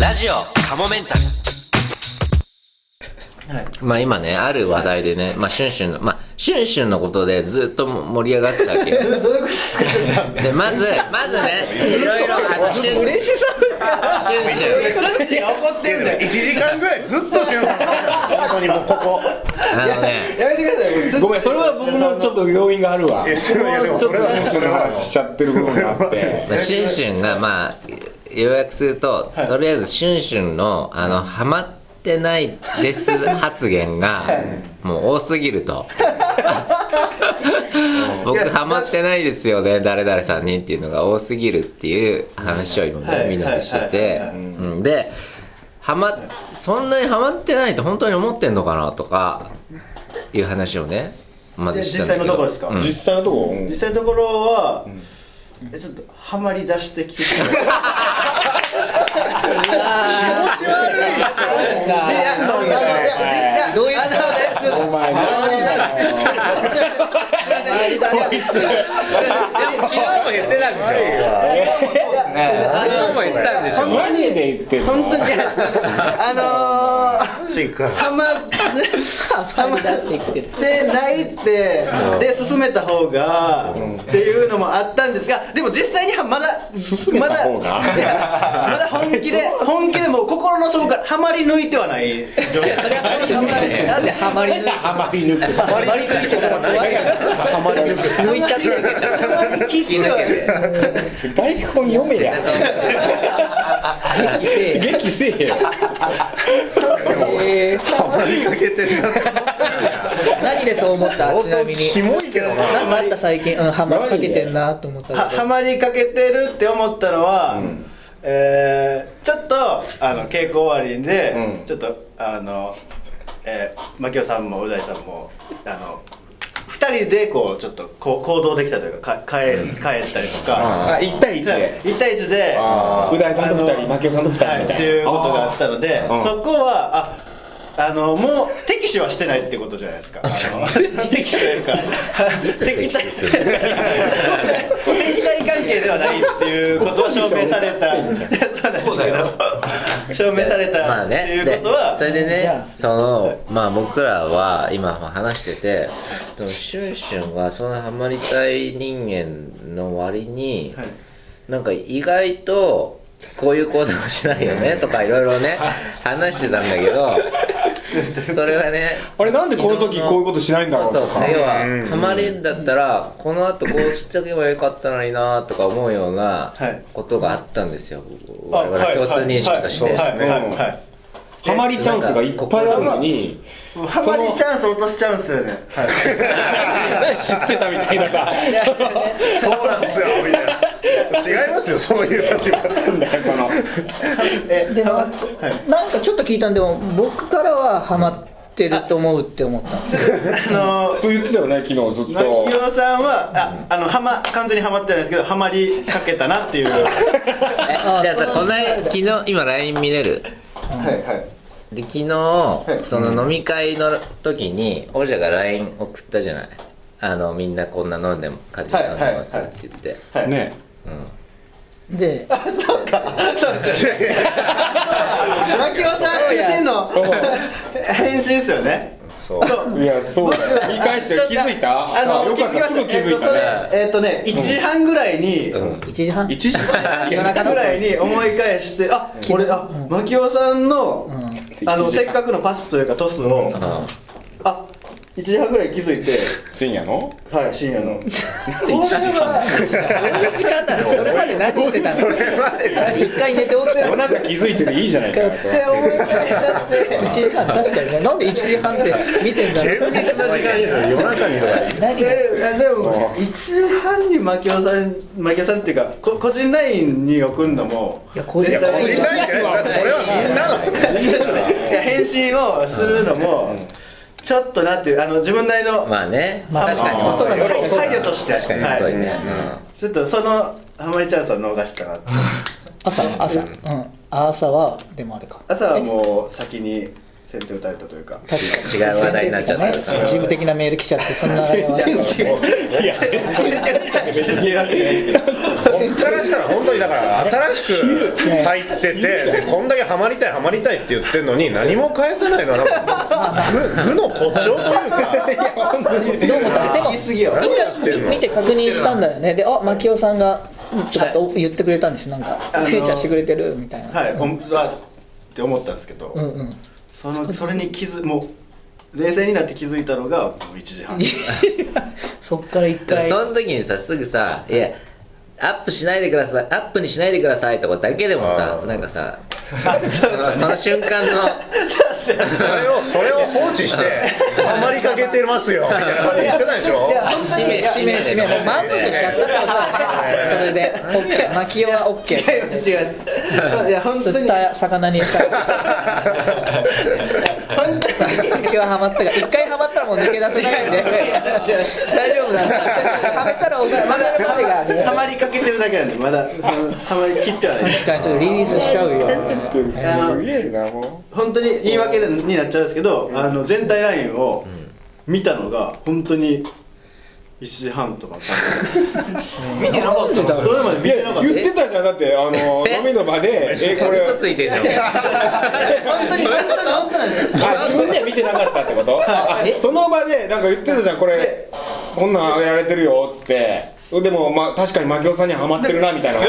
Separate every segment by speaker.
Speaker 1: ラジオカモメンタルまあ今ね、ある話題でね、まあシュンシュンの、まあシュンシュンのことでずっと盛り上がってたわけよ。
Speaker 2: どういうことですか
Speaker 1: で、まず、まず ね、いろいろ、あの、シュン、シュン
Speaker 2: 嬉しさ
Speaker 1: シュン、
Speaker 2: 怒ってんだよ
Speaker 3: 1時間ぐらいずっとしゅんさん本当にもうここ
Speaker 1: あのね、
Speaker 2: やめてくださいもうずっと
Speaker 4: ごめんそれは僕のちょっと要因があるわ
Speaker 3: いやそれはいやでも
Speaker 4: ちょっ
Speaker 3: そ
Speaker 4: と
Speaker 3: れは
Speaker 4: 選手の話しちゃってる部分があ って
Speaker 1: まあシュンシュンが、まあ、要約すると、とりあえずシュンシュンの、あの、ハマってないです発言が、もう多すぎる と。僕ハマってないですよね誰々さんにっていうのが多すぎるっていう話を今
Speaker 2: はい
Speaker 1: みんなでしてて
Speaker 2: はいはいはい
Speaker 1: うんでハマそんなにハマってないと本当に思ってんのかなとかいう話をねまず
Speaker 2: で
Speaker 1: した
Speaker 2: 実
Speaker 1: んだ
Speaker 2: 際
Speaker 1: けど
Speaker 2: のところですか、
Speaker 1: うん
Speaker 4: 実際のとこうん
Speaker 2: 実際のところは、えちょっとハマり出してきて気持ち悪いっすよね
Speaker 3: なんだよ
Speaker 2: どういうことです
Speaker 4: お前
Speaker 2: ハマり出してきてるすいませんやりたい
Speaker 4: こいつ
Speaker 1: 昨日も言ってたんでしょ昨日も言ってたんでしょ
Speaker 4: マジで言ってるの
Speaker 2: 本当にいやすいませんあのー、
Speaker 3: シンク
Speaker 2: ハマハマってないってで進めた方がっていうのもあったんですがでも実際にはまだ
Speaker 4: 進めた方が
Speaker 2: まだい やまだ本気で本気でもう心の底からハマり抜いてはない状態
Speaker 5: なんでハマり抜い
Speaker 4: ハマり抜く
Speaker 5: ハマり抜いてたら怖いやん
Speaker 4: ハマり抜く
Speaker 5: 抜いちゃってる
Speaker 2: ハ マりきってはない
Speaker 4: 台本読 めや激せえよ
Speaker 5: えー
Speaker 3: ハマりかけてるな
Speaker 5: 何でそう思ったちなみに
Speaker 3: キモいけどな
Speaker 5: 何かあった最近うんハマりかけてんなと思った
Speaker 2: は
Speaker 5: け
Speaker 2: ハマりかけてるって思ったのは、えーちょっとあの稽古終わりで、
Speaker 4: うん
Speaker 2: ちょっとあの、えー、牧雄さんもう大さんもあの2人でこうちょっとこう行動できたというかか帰帰ったりとか。
Speaker 4: あ一対一で
Speaker 2: 1対1で
Speaker 4: あーう大さんと二人
Speaker 2: あの
Speaker 4: 牧雄さんと二人みたいな
Speaker 2: はっていうことがあったので
Speaker 4: ーうん
Speaker 2: そこはああのもう敵視はしてないってことじゃないですかあの敵視はや るから敵対敵対関係ではないっていうことを証明され たそうなんですけど証明され
Speaker 1: ま
Speaker 2: た
Speaker 1: あ
Speaker 2: って
Speaker 1: ね、
Speaker 2: いうこ
Speaker 1: で
Speaker 2: とは
Speaker 1: それで
Speaker 5: じゃ
Speaker 1: ね
Speaker 5: あ
Speaker 1: そのまあ僕らは今話しててでもシュンシュンはそのハマりたい人間の割に、
Speaker 2: はい
Speaker 1: なんか意外とこういう行動しないよねとかいろいろね話してたんだけどそれがね
Speaker 4: あれなんでこの時こういうことしないんだ
Speaker 1: そ
Speaker 4: ろ
Speaker 1: う
Speaker 4: う
Speaker 1: そう
Speaker 4: とか
Speaker 1: 要はハマりだったらこのあとこうしとけばよかったのになとか思うような
Speaker 2: はい
Speaker 1: ことがあったんですよ
Speaker 2: あ
Speaker 1: 我々共通認識として。
Speaker 2: はいはいはい
Speaker 4: うん
Speaker 2: はい
Speaker 4: ハマりチャンスがいっぱいあるのに
Speaker 2: ハマりチャンス落としちゃうんですよねはい
Speaker 4: 何知ってたみたいなさ
Speaker 3: そうなんですよみたいな違いますよそういう立場
Speaker 4: なんだよその
Speaker 5: どでもなんかちょっと聞いたんでも僕からはハマってると思うって思った
Speaker 2: あのー
Speaker 4: そう言ってたよね昨日ずっ
Speaker 2: 牧
Speaker 4: と
Speaker 2: 雄さんはああのはま完全にはまってないですけどはまりかけたなっていうはい
Speaker 1: え
Speaker 5: あ
Speaker 1: じゃあさ
Speaker 5: そう
Speaker 1: この間昨日今 LINE 見れる
Speaker 2: はい
Speaker 1: で昨日、その飲み会の時に王者が LINE 送ったじゃないあのみんなこんな飲んでも感じで飲んでます
Speaker 2: はいはい
Speaker 1: って言って、
Speaker 4: ね
Speaker 5: で
Speaker 2: そうかそうですよね 牧雄さん言ってんの返信ですよね
Speaker 3: そう
Speaker 4: いやそうだよ言い返して気づいた
Speaker 2: あ
Speaker 4: さあ
Speaker 2: の
Speaker 4: よかったすぐ気づいたね
Speaker 2: えっとそれえっとね1時半ぐらいに、
Speaker 1: うん、
Speaker 5: 1時半
Speaker 4: 1時間
Speaker 2: 夜中ぐらいに思い返してあこれあ牧雄さんの、
Speaker 4: ん
Speaker 2: あのせっかくのパスというかトスを、あ1時半ぐらい気づいて
Speaker 4: 深夜の
Speaker 2: はい深夜 の
Speaker 5: 1時間4時間だろそれまで何してたの一回寝て起きたの
Speaker 4: なんか気づいてるいいじゃないかよ
Speaker 5: って思い返しちゃって1時半確かにねなんで1時半って見てんだろう
Speaker 3: 厳密な時間ですよ夜中にとか
Speaker 5: 何が
Speaker 2: であでも1時半に牧雄さん牧雄さんっていうかこ個人ラインに送るのも
Speaker 5: いや個人
Speaker 2: 絶対
Speaker 3: 個人ラインじゃないですかそれはみんなの
Speaker 2: いや返信をするのもちょっとなっていうあの自分なりの、
Speaker 1: まあね、
Speaker 5: まあ
Speaker 1: 確かに遅い
Speaker 2: まあ
Speaker 1: 遅い
Speaker 2: 配慮として
Speaker 1: 確かに遅いね、
Speaker 2: は
Speaker 1: うん
Speaker 2: ちょっとそのハマりチャンスを逃し たなって
Speaker 5: 朝朝うん朝はでもあれか
Speaker 2: 朝はもう先に先手打たれたというか
Speaker 5: 確かに
Speaker 1: 違う話題になっちゃった
Speaker 5: ね事務的なメール来ちゃってそんな流 れは
Speaker 3: 僕からしたら本当にだから新しく入っててでこんだけハマりたいハマりたいって言ってるのに何も返さないのはなんか愚愚の誇張というか
Speaker 5: どうもだでも
Speaker 2: 言い過ぎよ
Speaker 3: 何やってんの
Speaker 5: 見て確認したんだよねであ牧雄さんがとかって言ってくれたんですよなんか
Speaker 2: あのー
Speaker 5: フューチャーしてくれてるみたいな、
Speaker 2: はい本当だって思ったんですけど、
Speaker 5: うんうん
Speaker 2: そのそれに気づもう冷静になって気づいたのがもう1時半
Speaker 5: そっから一回
Speaker 1: その時にさすぐさ「いやアップしないでくださいアップにしないでください」とかだけでもさ
Speaker 3: あー
Speaker 1: なんかさそのその瞬間の
Speaker 3: それをそれを放置してハマりかけてますよみたいなこと言ってないでしょ
Speaker 1: 締め
Speaker 5: 締め締めもう満足しちゃったってことだねそれで OK 牧雄は OK
Speaker 2: 違い ますいや本
Speaker 5: 釣った魚に餌
Speaker 2: 本当に
Speaker 5: 今日はハマったが一回ハマったらもう抜け出せないんで大丈夫なんですはめたらお前まだまでがある
Speaker 2: はまりかけてるだけなんでまだはまりきってはない
Speaker 5: 確かにちょっとリリースしちゃうよ
Speaker 2: あの
Speaker 4: 見えるなも
Speaker 2: 本当に言い訳になっちゃうんですけど、あの全体ラインを見たのが本当に1時半とか
Speaker 5: 見てなかった
Speaker 2: それまで見てなか
Speaker 4: う
Speaker 2: った
Speaker 4: 言ってたじゃんだってあの飲みの場でえこれ
Speaker 1: 嘘ついてんじゃん
Speaker 2: 本当に本当に本当なんですよ
Speaker 4: あ自分では見てなかったってこと
Speaker 5: え
Speaker 4: その場でなんか言ってたじゃんこれこんなんあげられてるよっつってそれでもまあ確かに槙尾さんにはハマってるな みたいな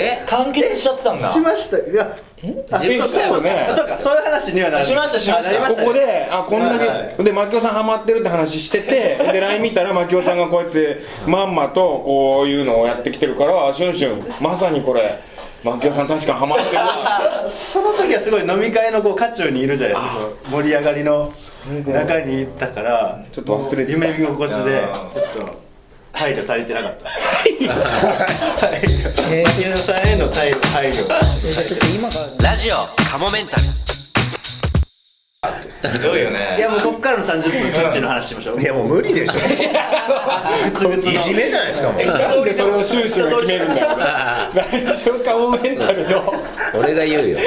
Speaker 1: え
Speaker 6: 完結しちゃってたんだ
Speaker 2: しましたいや
Speaker 1: 自分
Speaker 4: したよね
Speaker 2: そうかそういう話にはなり
Speaker 6: しましたしました
Speaker 2: あなりま
Speaker 4: こ
Speaker 2: した
Speaker 4: こであこんだけ、
Speaker 2: は
Speaker 4: で槙尾さんハマってるって話して てで LINE 見たら槙尾さんがこうやってまんまとこういうのをやってきてるからあシュンシュンまさにこれ槙尾さん確かハマってる わ
Speaker 2: その時はすごい飲み会のこう渦中にいるじゃないですかその盛り上がりの中にいたから
Speaker 4: ちょっと忘れてた
Speaker 2: 夢見心地でちょっと配慮足りてなかった
Speaker 5: えー
Speaker 2: 木野さんへの配慮配慮
Speaker 5: じゃあちょっと今からだね
Speaker 1: ラジオカモメンタル
Speaker 6: ひどいよ
Speaker 2: い
Speaker 6: ね
Speaker 2: やもうこっからの30分そっちの話しましょう
Speaker 3: いやもう無理でしょいじめじゃないですかもう
Speaker 4: なんでそれをシュンシュンが決めるんだ よラジオカモメンタル の
Speaker 1: 俺が言うよ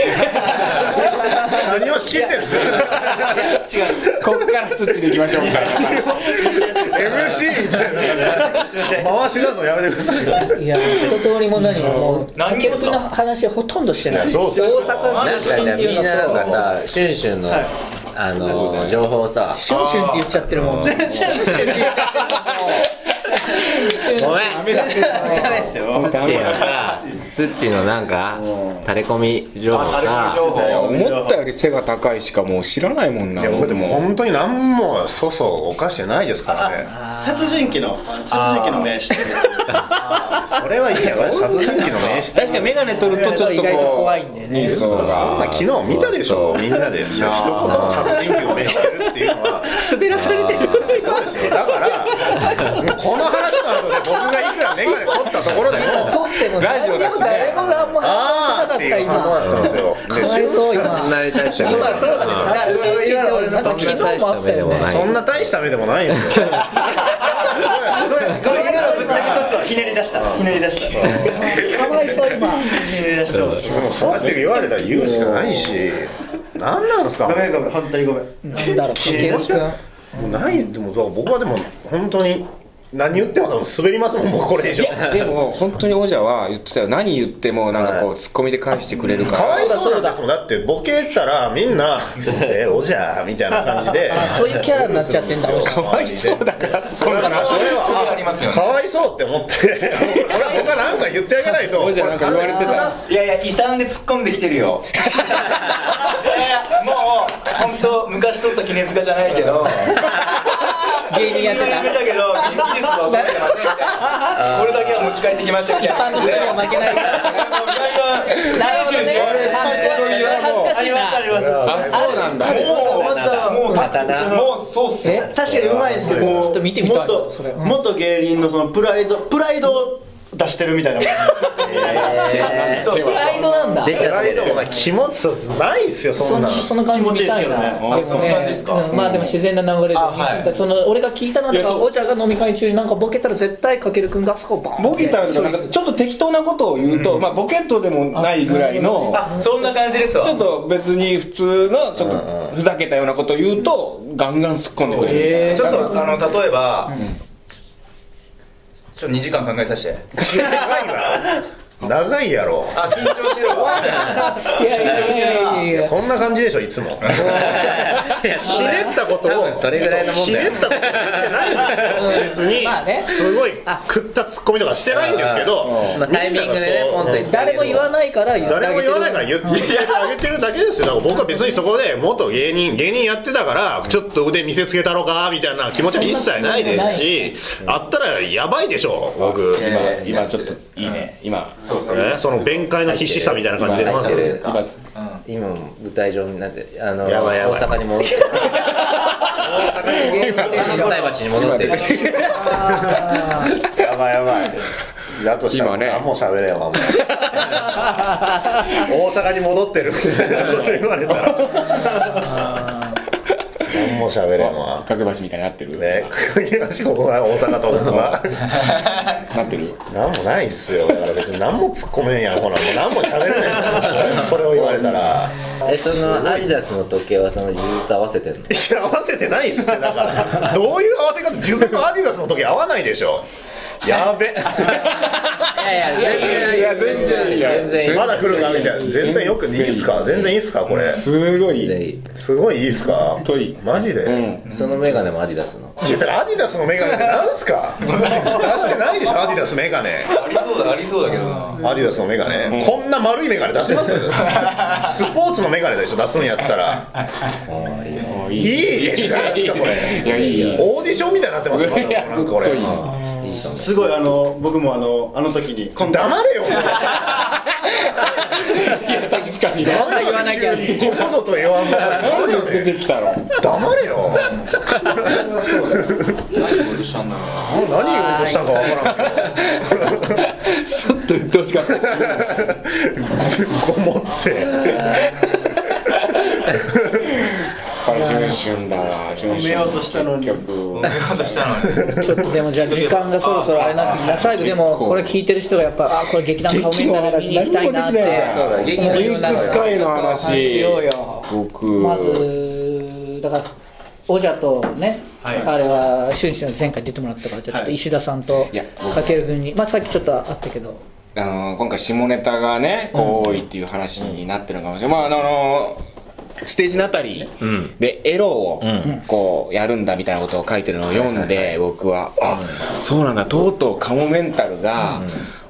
Speaker 3: 何を仕切ってるんですよ
Speaker 4: こっからそっちで行きましょうみたいな
Speaker 3: MC みたいな回し出すのやめてください
Speaker 5: いや一通りも何ももう
Speaker 6: 何にも
Speaker 5: 武君の話ほとんどしてない
Speaker 3: いや
Speaker 5: 大
Speaker 3: そうそう
Speaker 1: なん
Speaker 5: 阪
Speaker 1: か
Speaker 5: 出
Speaker 1: じ
Speaker 5: 身
Speaker 1: ゃ
Speaker 5: っ
Speaker 1: あ
Speaker 5: て
Speaker 1: み
Speaker 5: い
Speaker 1: ん
Speaker 5: うの
Speaker 1: ななんか
Speaker 5: と
Speaker 1: さシュンシュンのあの情報をさ
Speaker 5: シュンシュンって言っちゃってるもん
Speaker 1: ごめん
Speaker 2: ダメですよ
Speaker 1: ツッチーのさツッチーのなんか垂れ込み情報さ
Speaker 4: 思ったより背が高いしかもう知らないもんない
Speaker 3: や僕でも本当に何も粗相を犯してないですからね
Speaker 2: 殺人鬼の殺人鬼の名刺
Speaker 3: それはいいやろ殺人鬼の名刺
Speaker 4: 確かに眼鏡取るとちょっとこう
Speaker 5: 意外と怖いんだよね
Speaker 4: 人相が
Speaker 3: そんな昨日見たでしょみんなで一言も殺人鬼を名刺してるっていうのは
Speaker 5: 滑らされてる
Speaker 3: そうですよだからこの話の後で僕がいくら眼鏡取ったところでも
Speaker 5: 撮っても
Speaker 4: ラジオだしね
Speaker 5: 誰も何も
Speaker 3: あ
Speaker 5: 反応しな
Speaker 3: あ
Speaker 5: か
Speaker 3: っ
Speaker 5: って
Speaker 3: い
Speaker 5: た
Speaker 3: う反応
Speaker 5: 今
Speaker 3: だったんですよ
Speaker 5: かわいそう今
Speaker 1: そんなに大した
Speaker 5: 今そうだね殺人鬼って俺なんか昨日もあったよね
Speaker 1: ない
Speaker 3: そんな大した目でもないんですよ
Speaker 2: これ今のぶっちゃけちょっとひねり出したひねり出した
Speaker 5: かわいそう今
Speaker 2: ひねり出した
Speaker 3: でもそうやって言われたら言うしかないし何なんですか
Speaker 2: ごめんごめん本当にごめん
Speaker 5: なんだろうケロ君
Speaker 3: もうないでもだから僕はでも本当に何言っても多分滑りますもんもうこれ以上
Speaker 4: でも本当に王者は言ってたよ何言ってもなんかこうツッコミで返してくれるか
Speaker 3: からわいそうなんですもんだってボケたらみんな「えおじゃ」みたいな感じで
Speaker 5: あそういうキャラになっちゃってんだ
Speaker 4: かわいそうだからツッ
Speaker 3: そ
Speaker 4: コ
Speaker 3: れ
Speaker 4: むか
Speaker 3: かららそれ
Speaker 6: あり
Speaker 3: は
Speaker 6: ますよ
Speaker 3: あ
Speaker 6: ね
Speaker 3: かわいそうって思って俺は僕は何か言ってあげないと
Speaker 4: 王者なんか言われてた
Speaker 6: いやいや悲惨で突っ込んできてるよいやいやもう本当昔撮った絹塚じゃないけど
Speaker 5: 芸人やってた
Speaker 6: 芸人けど技術は覚えてませんみたいなこれだけは持ち帰ってきましたみたいな
Speaker 5: あの人には負けないから
Speaker 6: ありますあります
Speaker 4: あそうなんだ
Speaker 6: もうもうもうそうっす
Speaker 5: え
Speaker 2: 確かにうまいですけど
Speaker 5: ちょっと見てみたい
Speaker 2: 元
Speaker 5: それうん
Speaker 2: 元芸人のそのプライドプライドを出してるみたいなもん
Speaker 1: えー
Speaker 6: そう
Speaker 5: プライドなんだ
Speaker 1: 出ちゃって
Speaker 3: でも
Speaker 1: る
Speaker 3: ね気持ちそうないっすよそ
Speaker 5: そ
Speaker 3: んな
Speaker 5: の
Speaker 3: の
Speaker 5: その感じ見たいな
Speaker 2: 気
Speaker 6: 持ちいいですけどねあそんな感じですか
Speaker 5: うんまあでも自然な流れで、
Speaker 6: あはい
Speaker 5: その俺が聞いたの
Speaker 4: いやそ
Speaker 5: が
Speaker 4: う
Speaker 5: お茶が飲み会中になんかボケたら絶対かけるくんがあそこボン
Speaker 4: ボケたらとかなんかちょっと適当なことを言うと、まあボケっとでもないぐらいの
Speaker 6: あそんな感じですわ
Speaker 4: ちょっと別に普通のちょっとふざけたようなことを言うとガンガン突っ込んでくれる
Speaker 6: ちょっとあの例えば、ちょっと2時間考えさせて
Speaker 3: 長いわ長いやろ
Speaker 6: あ緊張してるわ
Speaker 5: いやいやいやいやいや
Speaker 3: こんな感じでしょいつもひねったこと
Speaker 1: 多
Speaker 3: を
Speaker 1: 分それぐらいのもん
Speaker 3: ひ
Speaker 1: だ
Speaker 3: ね
Speaker 1: よ
Speaker 3: ったこと言ってないんですよ別に
Speaker 5: まあね
Speaker 3: すごい食ったツッコミとかしてないんですけど
Speaker 1: まあタイミングでね
Speaker 3: みんなが
Speaker 1: ポン
Speaker 3: そう
Speaker 1: と言って
Speaker 5: 誰も言わないから言ってあげ
Speaker 3: 誰
Speaker 5: て
Speaker 3: も
Speaker 5: る
Speaker 3: 言わないから言ってあげてるだけですよだから僕は別にそこで元芸人芸人やってたからちょっと腕見せつけたろかみたいな気持ちも一切ないですしあったらやばいでしょ僕
Speaker 4: 今今ちょっといいね今
Speaker 6: そうそう
Speaker 3: ねその弁解の必死さみたいな感じで出ますよ
Speaker 1: 入ってる
Speaker 4: 今つ
Speaker 1: 今も舞台上になってあの
Speaker 3: やばいやばい
Speaker 1: 大阪に戻って大阪に戻ってる
Speaker 4: 今
Speaker 3: やばいやばいだとしたら
Speaker 4: 今ね
Speaker 3: 何も喋れよ もう大阪に戻ってるみたいなこと言われたら何も喋れんわ
Speaker 4: 角橋みたいになってる
Speaker 3: ね東ここが大阪と僕は
Speaker 4: なってる
Speaker 3: 何もないっすよだから別に何も突っ込めんやんほらもう何も喋れないですよそれを言われたら
Speaker 1: えそのアディダスの時計はその自由と合わせてんの
Speaker 3: いや合わせてないっすってだからどういう合わせ方純粋とアディダスの時合わないでしょやべ
Speaker 1: いやいや
Speaker 4: いや全然いや
Speaker 1: 全然いい
Speaker 3: まだ来るかみたいな全然よくいいっすか全然いいっすかこれ
Speaker 4: すごい
Speaker 1: 全然いい
Speaker 3: すごいいいっすか
Speaker 4: といい
Speaker 3: マジで、
Speaker 4: うん
Speaker 1: そのメガネもアディダスの
Speaker 3: ちょっとアディダスのメガネってなんすか出してないでしょアディダスメガネ
Speaker 6: ありそうだありそうだけど な
Speaker 3: アディダスのメガネ、こんな丸いメガネ出しますスポーツのメガネでしょ出すんやったら
Speaker 4: もう
Speaker 3: い
Speaker 4: い
Speaker 3: いでしょないですかこ
Speaker 4: いや
Speaker 3: れ
Speaker 4: いいいい
Speaker 3: オーディションみたいになってますよまだ
Speaker 4: いや
Speaker 3: なんかこれ
Speaker 4: ずっといい
Speaker 1: いい人
Speaker 2: すごいあの僕もあのあの時に今度
Speaker 3: 黙れよ
Speaker 4: いや確かに
Speaker 3: 黙れよ言わなきゃここぞと言わんの黙れよ
Speaker 4: 出てきたの
Speaker 3: 黙れよ何言おうとしたんだろう何言おうとしたんかわからん
Speaker 4: スッと言ってほしかった
Speaker 3: こもって
Speaker 4: からシュンシュンだわシュンシュ
Speaker 2: 褒
Speaker 4: ン
Speaker 2: めようとしたのに
Speaker 4: 結局
Speaker 6: そんなことしたのに
Speaker 5: ちょっとでもじゃあ時間がそろそろあれになってきた最後でもこれ聞いてる人がやっぱあこれ劇団顔面だから見に行きたいなって
Speaker 4: 劇の話何もできないじゃん
Speaker 1: そうだ劇
Speaker 5: 思う
Speaker 4: リ
Speaker 5: よう
Speaker 4: ン
Speaker 5: にな
Speaker 4: ク
Speaker 5: る
Speaker 4: スカイの
Speaker 5: し
Speaker 4: 話
Speaker 5: ようよ
Speaker 4: 僕
Speaker 5: まずだからおじゃとね、
Speaker 6: はい
Speaker 5: あれはシュンシュン前回出てもらったからじゃあちょっと石田さんと
Speaker 4: いや僕
Speaker 5: かける君にまあさっきちょっとあったけど
Speaker 4: あのー今回下ネタがねこう多いっていう話になってるのかもしれない、まああのーステージのあたりでエロを
Speaker 1: ん
Speaker 4: こうやるんだみたいなことを書いてるのを読んで僕はあそうなんだとうとうカモメンタルが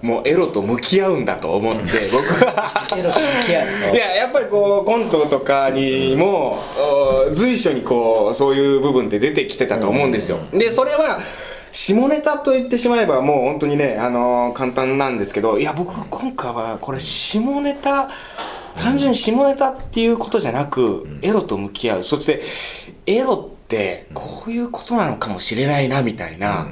Speaker 4: もうエロと向き合うんだと思って僕は
Speaker 5: エロと向き合う
Speaker 4: いややっぱりこうコントとかにもお随所にこうそういう部分って出てきてたと思うんですよでそれは下ネタと言ってしまえばもう本当にね、あのー簡単なんですけどいや僕今回はこれ下ネタ単純に下ネタっていうことじゃなくエロと向き合うそしてエロってこういうことなのかもしれないなみたいな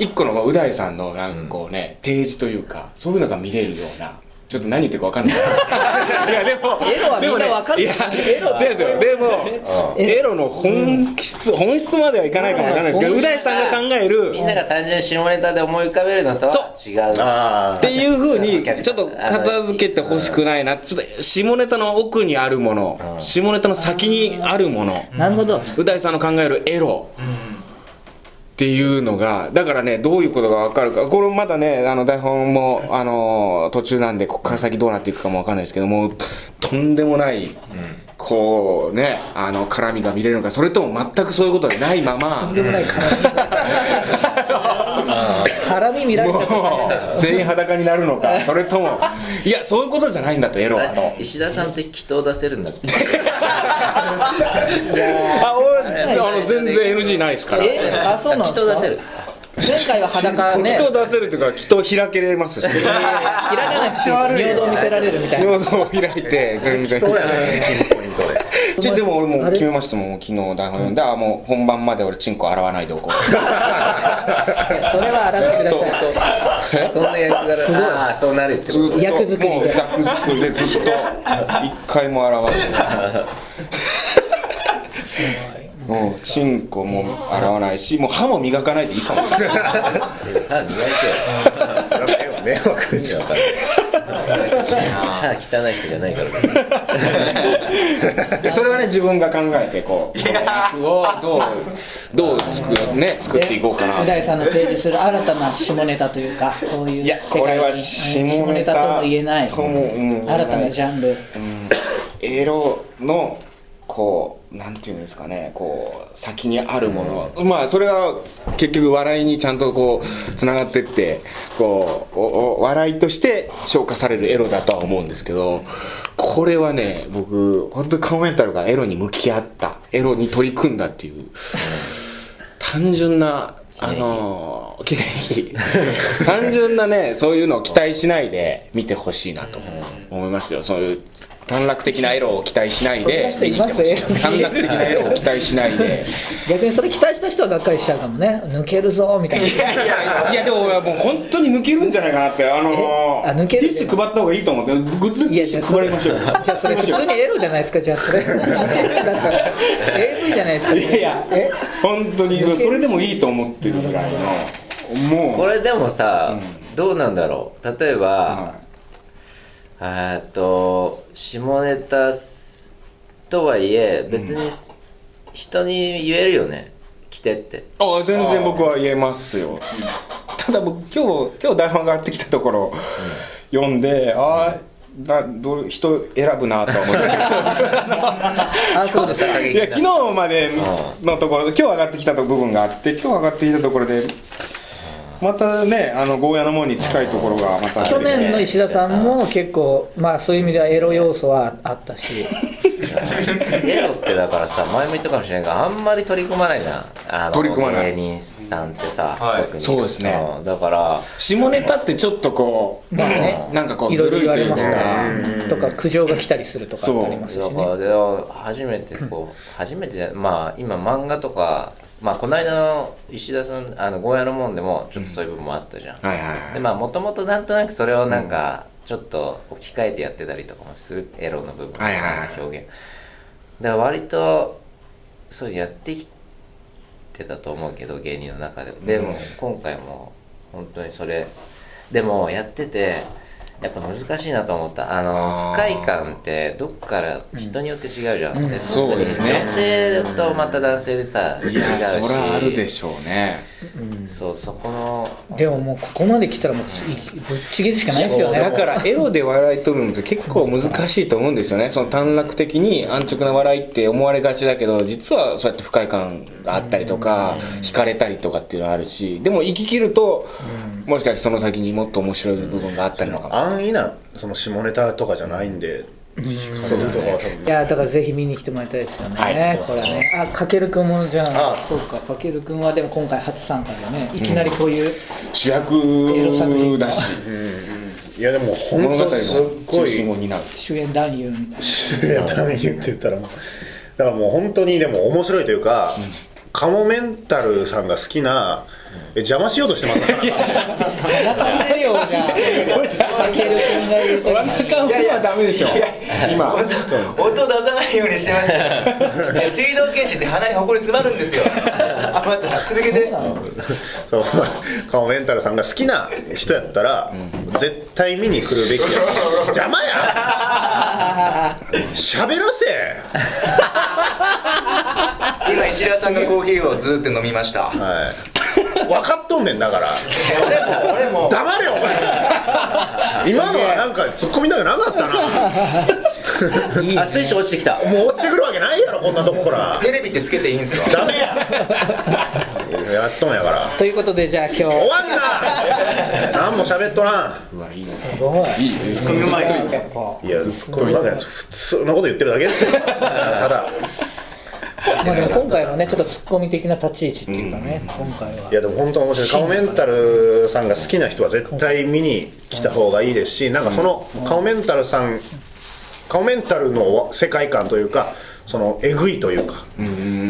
Speaker 4: 一個のまあう大さんのなんかこうね提示というかそういうのが見れるようなちょっと何言ってるか分かんないいやでも
Speaker 5: エロはみんな分かってるエ
Speaker 4: エ
Speaker 5: ロ
Speaker 4: ロ
Speaker 5: は
Speaker 4: 違うんですよでもエロの本質、本質まではいかないかもわかんないですけどう大さんが考える
Speaker 1: みんなが単純に下ネタで思い浮かべるのとは違う
Speaker 3: あ
Speaker 4: っていうふうにちょっと片付けてほしくないなちょっと下ネタの奥にあるもの下ネタの先にあるもの
Speaker 5: なるほど
Speaker 4: う大さんの考えるエロっていうのがだからねどういうことが分かるかこれまだねあの台本もあの途中なんでここから先どうなっていくかも分かんないですけどもとんでもない、こうねあの絡みが見れるのかそれとも全くそういうことがないまま
Speaker 5: とんでもない絡み絡み見られちゃったら大変
Speaker 4: も
Speaker 5: だし
Speaker 4: う全員裸になるのかそれともいやそういうことじゃないんだとエロはと。
Speaker 1: 石田さんって祈祷出せるんだって
Speaker 4: あ俺あの全然 NG ないですから。
Speaker 5: えあそうなんです
Speaker 1: 人
Speaker 5: か
Speaker 1: 出せる
Speaker 5: 前回は裸ね
Speaker 4: 人出せるというか人開けれますし。
Speaker 5: 開かなくても尿道見せられるみたいな
Speaker 4: 尿道を開いて全然
Speaker 3: そうやねピンポイントで
Speaker 4: ちょでも俺もう決めましたもんもう昨日台本読んで、あもう本番まで俺チンコ洗わないでおこう
Speaker 5: それは洗ってください
Speaker 1: そんな役柄
Speaker 5: すごい
Speaker 1: ああそうなるってこと
Speaker 5: 役作りで
Speaker 4: もう役作りでずっと一回も現れ ないもうチンコも洗わないしもう歯も磨かないでいいかも
Speaker 1: 歯磨いてよ
Speaker 3: 迷惑迷惑
Speaker 1: 意味わかんない歯汚い人じゃない からです
Speaker 4: でそれはね自分が考えてこうこの役をどうどう作るね作っていこうかな
Speaker 5: う大さんの提示する新たな下ネタというかこういう
Speaker 4: い
Speaker 5: い
Speaker 4: やこれは下ネタ
Speaker 5: とも言えない
Speaker 4: ともうん
Speaker 5: 新たなジャンル
Speaker 4: エロのこうなんていうんですかねこう先にあるもの、まあそれは結局笑いにちゃんとこうつながってってこうおお笑いとして消化されるエロだとは思うんですけどこれはね僕本当にカモメンタルがエロに向き合ったエロに取り組んだっていう単純なあの記念碑 単純なねそういうのを期待しないで見てほしいなと思いますよそういう短絡的なエロを期待しないで
Speaker 5: そんな
Speaker 4: 見
Speaker 5: 人い
Speaker 4: に来
Speaker 5: ま
Speaker 4: て
Speaker 5: す
Speaker 4: ほしい短絡的なエロを期待しないで
Speaker 5: 逆にそれ期待した人はがっかりしちゃうかもね抜けるぞみたいない
Speaker 4: やいやでも俺はもう本当に抜けるんじゃないかなってあの
Speaker 5: えあ抜ける
Speaker 4: ティッシュ配った方がいいと思ってグッズティッシュ配りましょうよ
Speaker 5: じゃあそれ普通にエロじゃないですかじゃあそれだから AV じゃないですか
Speaker 4: いやいや
Speaker 5: え
Speaker 4: 本当にそれでもいいと思ってるぐらいのも
Speaker 1: こ
Speaker 4: う
Speaker 1: れでもさ、どうなんだろう例えば、えーっと下ネタすとはいえ別にす、人に言えるよね着てって
Speaker 4: あ全然僕は言えますよただ僕今日今日台本が上がってきたところ、読んでああだどう人選ぶなとは思って
Speaker 5: あそ うですか
Speaker 4: いや昨日までのところで今日上がってきた部分があって今日上がってきたところでまたねあのゴーヤの門に近いところがまた
Speaker 5: 去年の石田さんも結構まあそういう意味ではエロ要素はあったし
Speaker 1: エロってだからさ前も言ったかもしれないけどあんまり取り組まないじゃんあの
Speaker 4: 取り組まない
Speaker 1: 芸人さんってさ、
Speaker 3: はい
Speaker 1: 特に
Speaker 4: そうですね
Speaker 1: んだから
Speaker 4: 下ネタってちょっとこう、
Speaker 5: まあね
Speaker 4: なんかこう
Speaker 5: いろ
Speaker 4: ずるい
Speaker 5: いろ言わ
Speaker 4: という
Speaker 5: れま
Speaker 4: か
Speaker 5: すからとか苦情が来たりするとかってありますし
Speaker 1: だか
Speaker 5: ね
Speaker 1: らで初めてこう初めてじゃないまあ今漫画とかまあこの間の石田さんあのゴーヤの門でもちょっとそういう部分もあったじゃん、
Speaker 4: はいはいはい
Speaker 1: でまあもともとなんとなくそれをなんかちょっと置き換えてやってたりとかもするエロの部分
Speaker 4: はいはいはい
Speaker 1: 表現だから割とそうやってきてたと思うけど芸人の中でもでも今回も本当にそれでもやっててやっぱ難しいなと思ったあの
Speaker 4: あー
Speaker 1: 不快感ってどっから人によって違うじゃん、
Speaker 5: うん
Speaker 1: で
Speaker 4: そうですね
Speaker 1: 女性とまた男性でさ
Speaker 4: いやそりゃあるで
Speaker 1: し
Speaker 4: しょうね
Speaker 5: うん
Speaker 1: そうそこの
Speaker 5: でももうここまで来たらもうついぶっちぎるしかないですよね
Speaker 4: だからエロで笑い取るのって結構難しいと思うんですよねその短絡的に安直な笑いって思われがちだけど実はそうやって不快感があったりとか惹かれたりとかっていうのはあるしでも行き切るともしかしてその先にもっと面白い部分があったりのかも
Speaker 3: 安易なその下ネタとかじゃないんで、そういうとこは多分
Speaker 5: いやだからぜひ見に来てもらいたいですよね、
Speaker 4: はい
Speaker 5: これはねあかけるくんもじゃあ
Speaker 3: あ
Speaker 5: そうかかけるくんはでも今回初参加でねいきなりこういう、
Speaker 4: 主役だし
Speaker 3: いやでも
Speaker 4: 物
Speaker 3: 本
Speaker 4: 語の
Speaker 3: 当すっご
Speaker 4: 中
Speaker 3: い
Speaker 4: 心を担う
Speaker 5: 主演男優みたいな
Speaker 3: ダメ言って言ったらもうだからもう本当にでも面白いというか、カモメンタルさんが好きなえ邪魔しようとしてますから
Speaker 5: 鼻かんでるよじゃあかけるくんが言うと
Speaker 4: 中身はダメでしょ今
Speaker 6: 音出さないようにしてましたよいや水道研修って鼻にほこり詰まるんですよあまた続けて
Speaker 3: そうカモメンタルさんが好きな人やったら、絶対見に来るべきや邪魔や 喋らせ
Speaker 6: 今石田さんがコーヒーをずーっと飲みました
Speaker 3: はい分かっとんねんだから俺も俺も黙れお前今のはなんか突っ込みたくなかったな
Speaker 1: あ水晶落ちてきた
Speaker 3: もう落ちてくるわけないやろこんなとこから
Speaker 6: テレビってつけていいんですか
Speaker 3: ダメややっとんやから
Speaker 5: ということでじゃあ今日
Speaker 3: 終わんな何も喋っとらん
Speaker 5: すごい
Speaker 4: いいです
Speaker 6: うまい
Speaker 5: やっぱ
Speaker 3: いや突っ込みたくない普通のこと言ってるだけですよただ
Speaker 5: まあでも今回もねちょっとツッコミ的な立ち位置っていうかね、今回はい
Speaker 3: やでも本当面白い顔メンタルさんが好きな人は絶対見に来た方がいいですしなんかその顔メンタルさん顔メンタルの世界観というかそのえぐいというか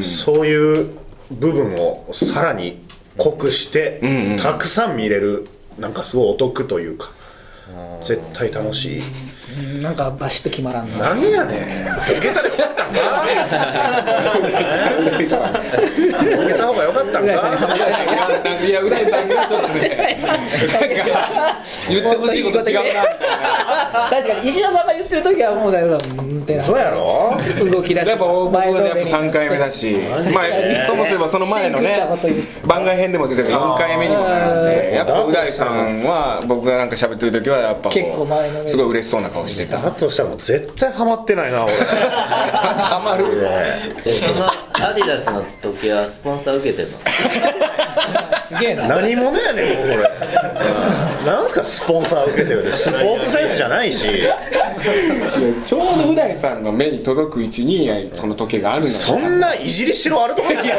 Speaker 3: そういう部分をさらに濃くしてたくさん見れるなんかすごいお得というか絶対楽しい
Speaker 5: うんなんかバシッと決まらんな
Speaker 3: 何やねん受けたらよかったん か受けた方がよか ったんか
Speaker 4: いやう大さんがちょっと ねなんか言ってほしいこと違うなみたいな
Speaker 5: 確かに石田さんが言ってる時はもうだようんってな
Speaker 3: そうやろ
Speaker 5: 動き出し
Speaker 4: やっぱ大久保さんやっぱ3回目だ
Speaker 5: し
Speaker 4: し、まあ、ともすればその前のね
Speaker 5: シンクったこと言っ
Speaker 4: 番外編でも出てる4回目にもなるん
Speaker 5: あ
Speaker 4: で
Speaker 5: ー
Speaker 4: やっぱう大さんは僕がなんか喋ってる時はやっぱこう
Speaker 5: 結構前のね
Speaker 4: すごい嬉しそうな顔してた
Speaker 3: だとしたらもう絶対ハマってないな俺
Speaker 4: ハマる
Speaker 3: ね
Speaker 1: でそのアディダスの時計はスポンサー受けてるの
Speaker 5: すげえな
Speaker 3: 何者やねんもうこれなんすかスポンサー受けてるってスポーツ選手じゃないし
Speaker 4: ちょうどう大さんが目に届く位置にその時計があるのよ
Speaker 3: そんないじりしろあると思うやこれ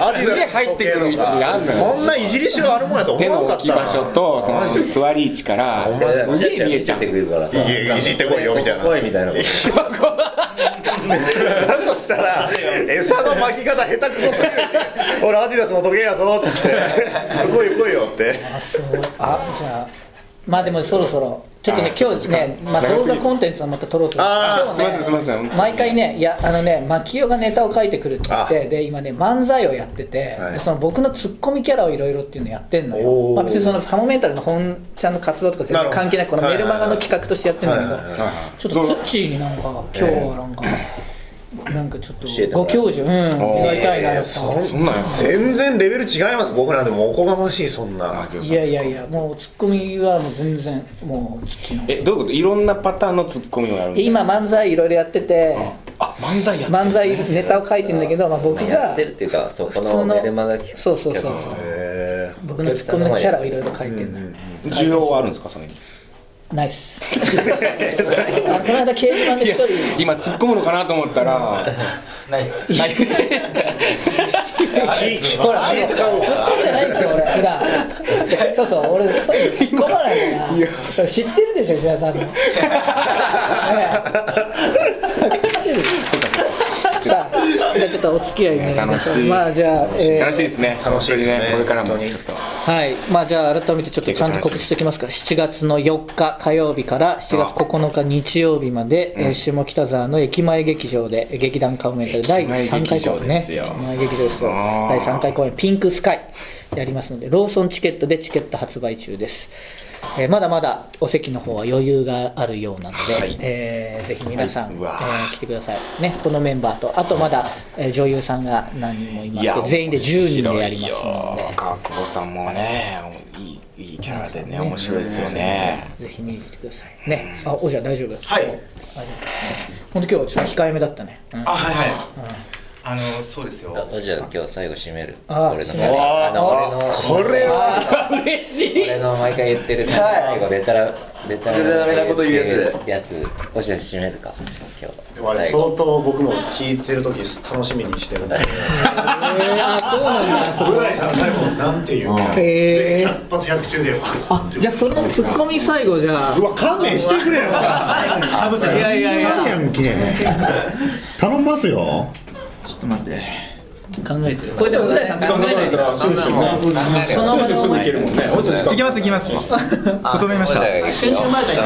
Speaker 3: アディダスの
Speaker 4: 入ってくる位置にあんのよ
Speaker 3: こんないじりしろあるもんやと
Speaker 4: 手
Speaker 3: 思わ
Speaker 4: の
Speaker 3: なかっ
Speaker 4: 置き
Speaker 3: たな
Speaker 4: 場所とその座り位置から
Speaker 3: お前
Speaker 4: すげえ見えちゃう
Speaker 1: てくるからさ
Speaker 3: いやいやいじってこいよみたいな
Speaker 1: 来いみたいなこと
Speaker 3: だとしたら餌の巻き方下手くそすぎるし俺アディダスの時計やぞっつって来いよ来いよって
Speaker 5: あそうあじゃあまあでもそろそろちょっとね今日ね、まあ、動画コンテンツをまた撮ろうと思って
Speaker 3: あー
Speaker 5: 今日ね
Speaker 4: すいませんすいません
Speaker 5: 毎回ねいやあのね牧代がネタを書いてくるって言ってで今ね漫才をやってて、
Speaker 3: はい
Speaker 5: でその僕のツッコミキャラをいろいろっていうのやってんの
Speaker 3: お
Speaker 5: よ、
Speaker 3: ー
Speaker 5: まあ、別にそのカモメンタルの本ちゃんの活動とか全
Speaker 3: な
Speaker 5: 然
Speaker 3: るほど
Speaker 5: 関係なくこのメルマガの企画としてやってんだけど、
Speaker 3: はいはいはい
Speaker 5: ちょっとツッチーになんか今日はなんか、なんかちょっと
Speaker 1: 教えても
Speaker 5: ご
Speaker 1: らえ
Speaker 5: 教授うん
Speaker 4: おー
Speaker 5: 願いたいなやっぱ
Speaker 4: そんなんや
Speaker 3: 全然レベル違います僕なんてもうおこがましいそんない
Speaker 5: やいやいやもうツッコミはもう全然もうツッチーの
Speaker 4: えどういうこといろんなパターンのツッコミをやるんだ
Speaker 5: 今漫才いろいろやってて
Speaker 4: あ漫才やってる
Speaker 5: 漫才ネタを書いてるんだけど、まあ、僕
Speaker 1: や
Speaker 5: が
Speaker 1: ってるっていうかそうこ
Speaker 5: 普通
Speaker 1: の
Speaker 5: の
Speaker 1: メルマガ企画
Speaker 5: そうそうそうそう
Speaker 3: え
Speaker 5: 僕のツッコミのキャラをいろいろ書いてるのよ
Speaker 4: 需要はあるんですかそれに
Speaker 5: ナイスあこの間掲示板で一人
Speaker 4: 今突っ込むのかなと思ったら
Speaker 7: ナイス
Speaker 3: ー、
Speaker 5: ほらツッコミじゃないですよ俺普段そうそう俺そういうの突っ込まないからそれ知ってるでしょ石田さんもねえ分かってるさあじゃあちょっとお付き合いね
Speaker 4: 楽しい
Speaker 5: まあじゃあ、えー
Speaker 4: 楽しいですね
Speaker 3: 楽しいですね
Speaker 4: 本当にこれからも
Speaker 3: 本当に
Speaker 4: ちょっと
Speaker 5: はい、まあ、じゃあ改めてちょっとちゃんと告知しておきますから、7月の4日火曜日から7月9日日曜日まで、えー下北沢の駅前劇場で、えー劇団カウメンタル第3回公演ね、
Speaker 4: 駅前劇場ですよ
Speaker 5: 駅前劇場ですよ
Speaker 4: あー
Speaker 5: 第3回公演、ピンクスカイやりますので、ローソンチケットでチケット発売中です。えーまだまだお席の方は余裕があるようなので、
Speaker 4: はい
Speaker 5: えーぜひ皆さん、
Speaker 4: はいうわ
Speaker 5: えー来てください、ね、このメンバーと、あとまだ、えー女優さんが何人もいますけど、全員で10人でやりますので。
Speaker 4: 川久保さんもねいいいいキャラでね面白いですよね
Speaker 5: ぜひ見に来てくださいね。あ、おじゃん大丈夫。
Speaker 7: はい
Speaker 5: 本当今日ちょっと控えめだったね。うん
Speaker 7: あはいはいあのそうですよ
Speaker 1: あじゃあ今日最後締める
Speaker 5: あ
Speaker 1: 俺の
Speaker 5: 締める
Speaker 1: あの俺の
Speaker 3: これは
Speaker 4: 嬉しい
Speaker 1: 俺の毎回言ってる最後出たら出た
Speaker 7: でたらめなこと言うやつ
Speaker 1: やつおしゃ締めるか今日
Speaker 3: あれ
Speaker 1: 最後
Speaker 3: 相当僕も聞いてる時楽しみにしてるんで
Speaker 5: あ、そうなん
Speaker 3: う
Speaker 5: だ。
Speaker 3: 大さん最後なんていうか
Speaker 5: へー
Speaker 3: 百発百中でよ
Speaker 5: あ、じゃあそのツッコミ最後じゃあ。
Speaker 3: うわ勘弁してくれよ
Speaker 5: いやいやいや。
Speaker 3: んけ頼みますよ
Speaker 5: 考えてる。これでもう大さん考えないと。その場ですぐいけるもんね。
Speaker 6: いきますいきます求めました
Speaker 5: 先週前だよ。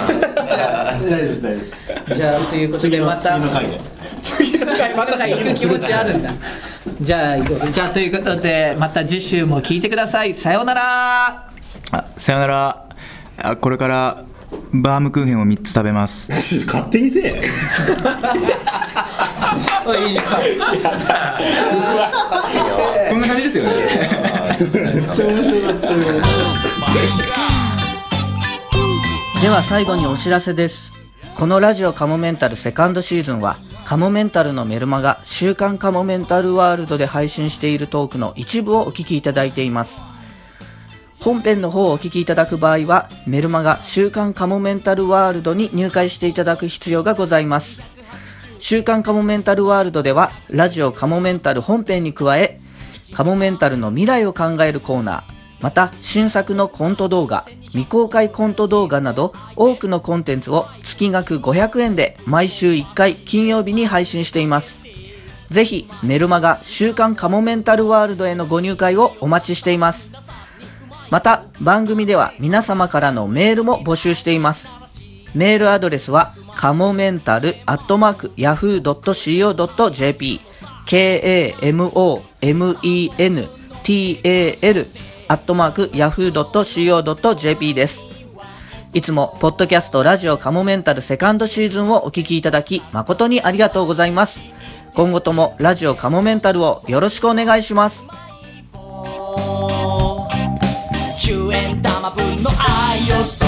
Speaker 5: じゃあということでまた。また行く気持ちあるんだ。じゃあ行こうじゃあということでまた次週も聞いてください。さようなら。
Speaker 6: あさよならあこれからバームクーヘンを3つ食べます
Speaker 3: 勝手にせ え
Speaker 5: いいじゃん。
Speaker 6: こんな感じですよね
Speaker 5: では最後にお知らせですこのラジオカモメンタルセカンドシーズンはカモメンタルのメルマが週刊カモメンタルワールドで配信しているトークの一部をお聞きいただいています本編の方をお聞きいただく場合はメルマが週刊カモメンタルワールドに入会していただく必要がございます週刊カモメンタルワールドではラジオカモメンタル本編に加えカモメンタルの未来を考えるコーナーまた新作のコント動画未公開コント動画など多くのコンテンツを月額500円で毎週1回金曜日に配信していますぜひメルマガ週刊カモメンタルワールドへのご入会をお待ちしています
Speaker 8: また番組では皆様からのメールも募集していますメールアドレスはカモメンタルアットマークヤフー .co.jp k-a-m-o-m-e-n-t-a-l アットマークヤフー .co.jp ですいつも、ポッドキャストラジオカモメンタルセカンドシーズンをお聞きいただき、誠にありがとうございます。今後ともラジオカモメンタルをよろしくお願いします。
Speaker 9: 10円玉分の愛を注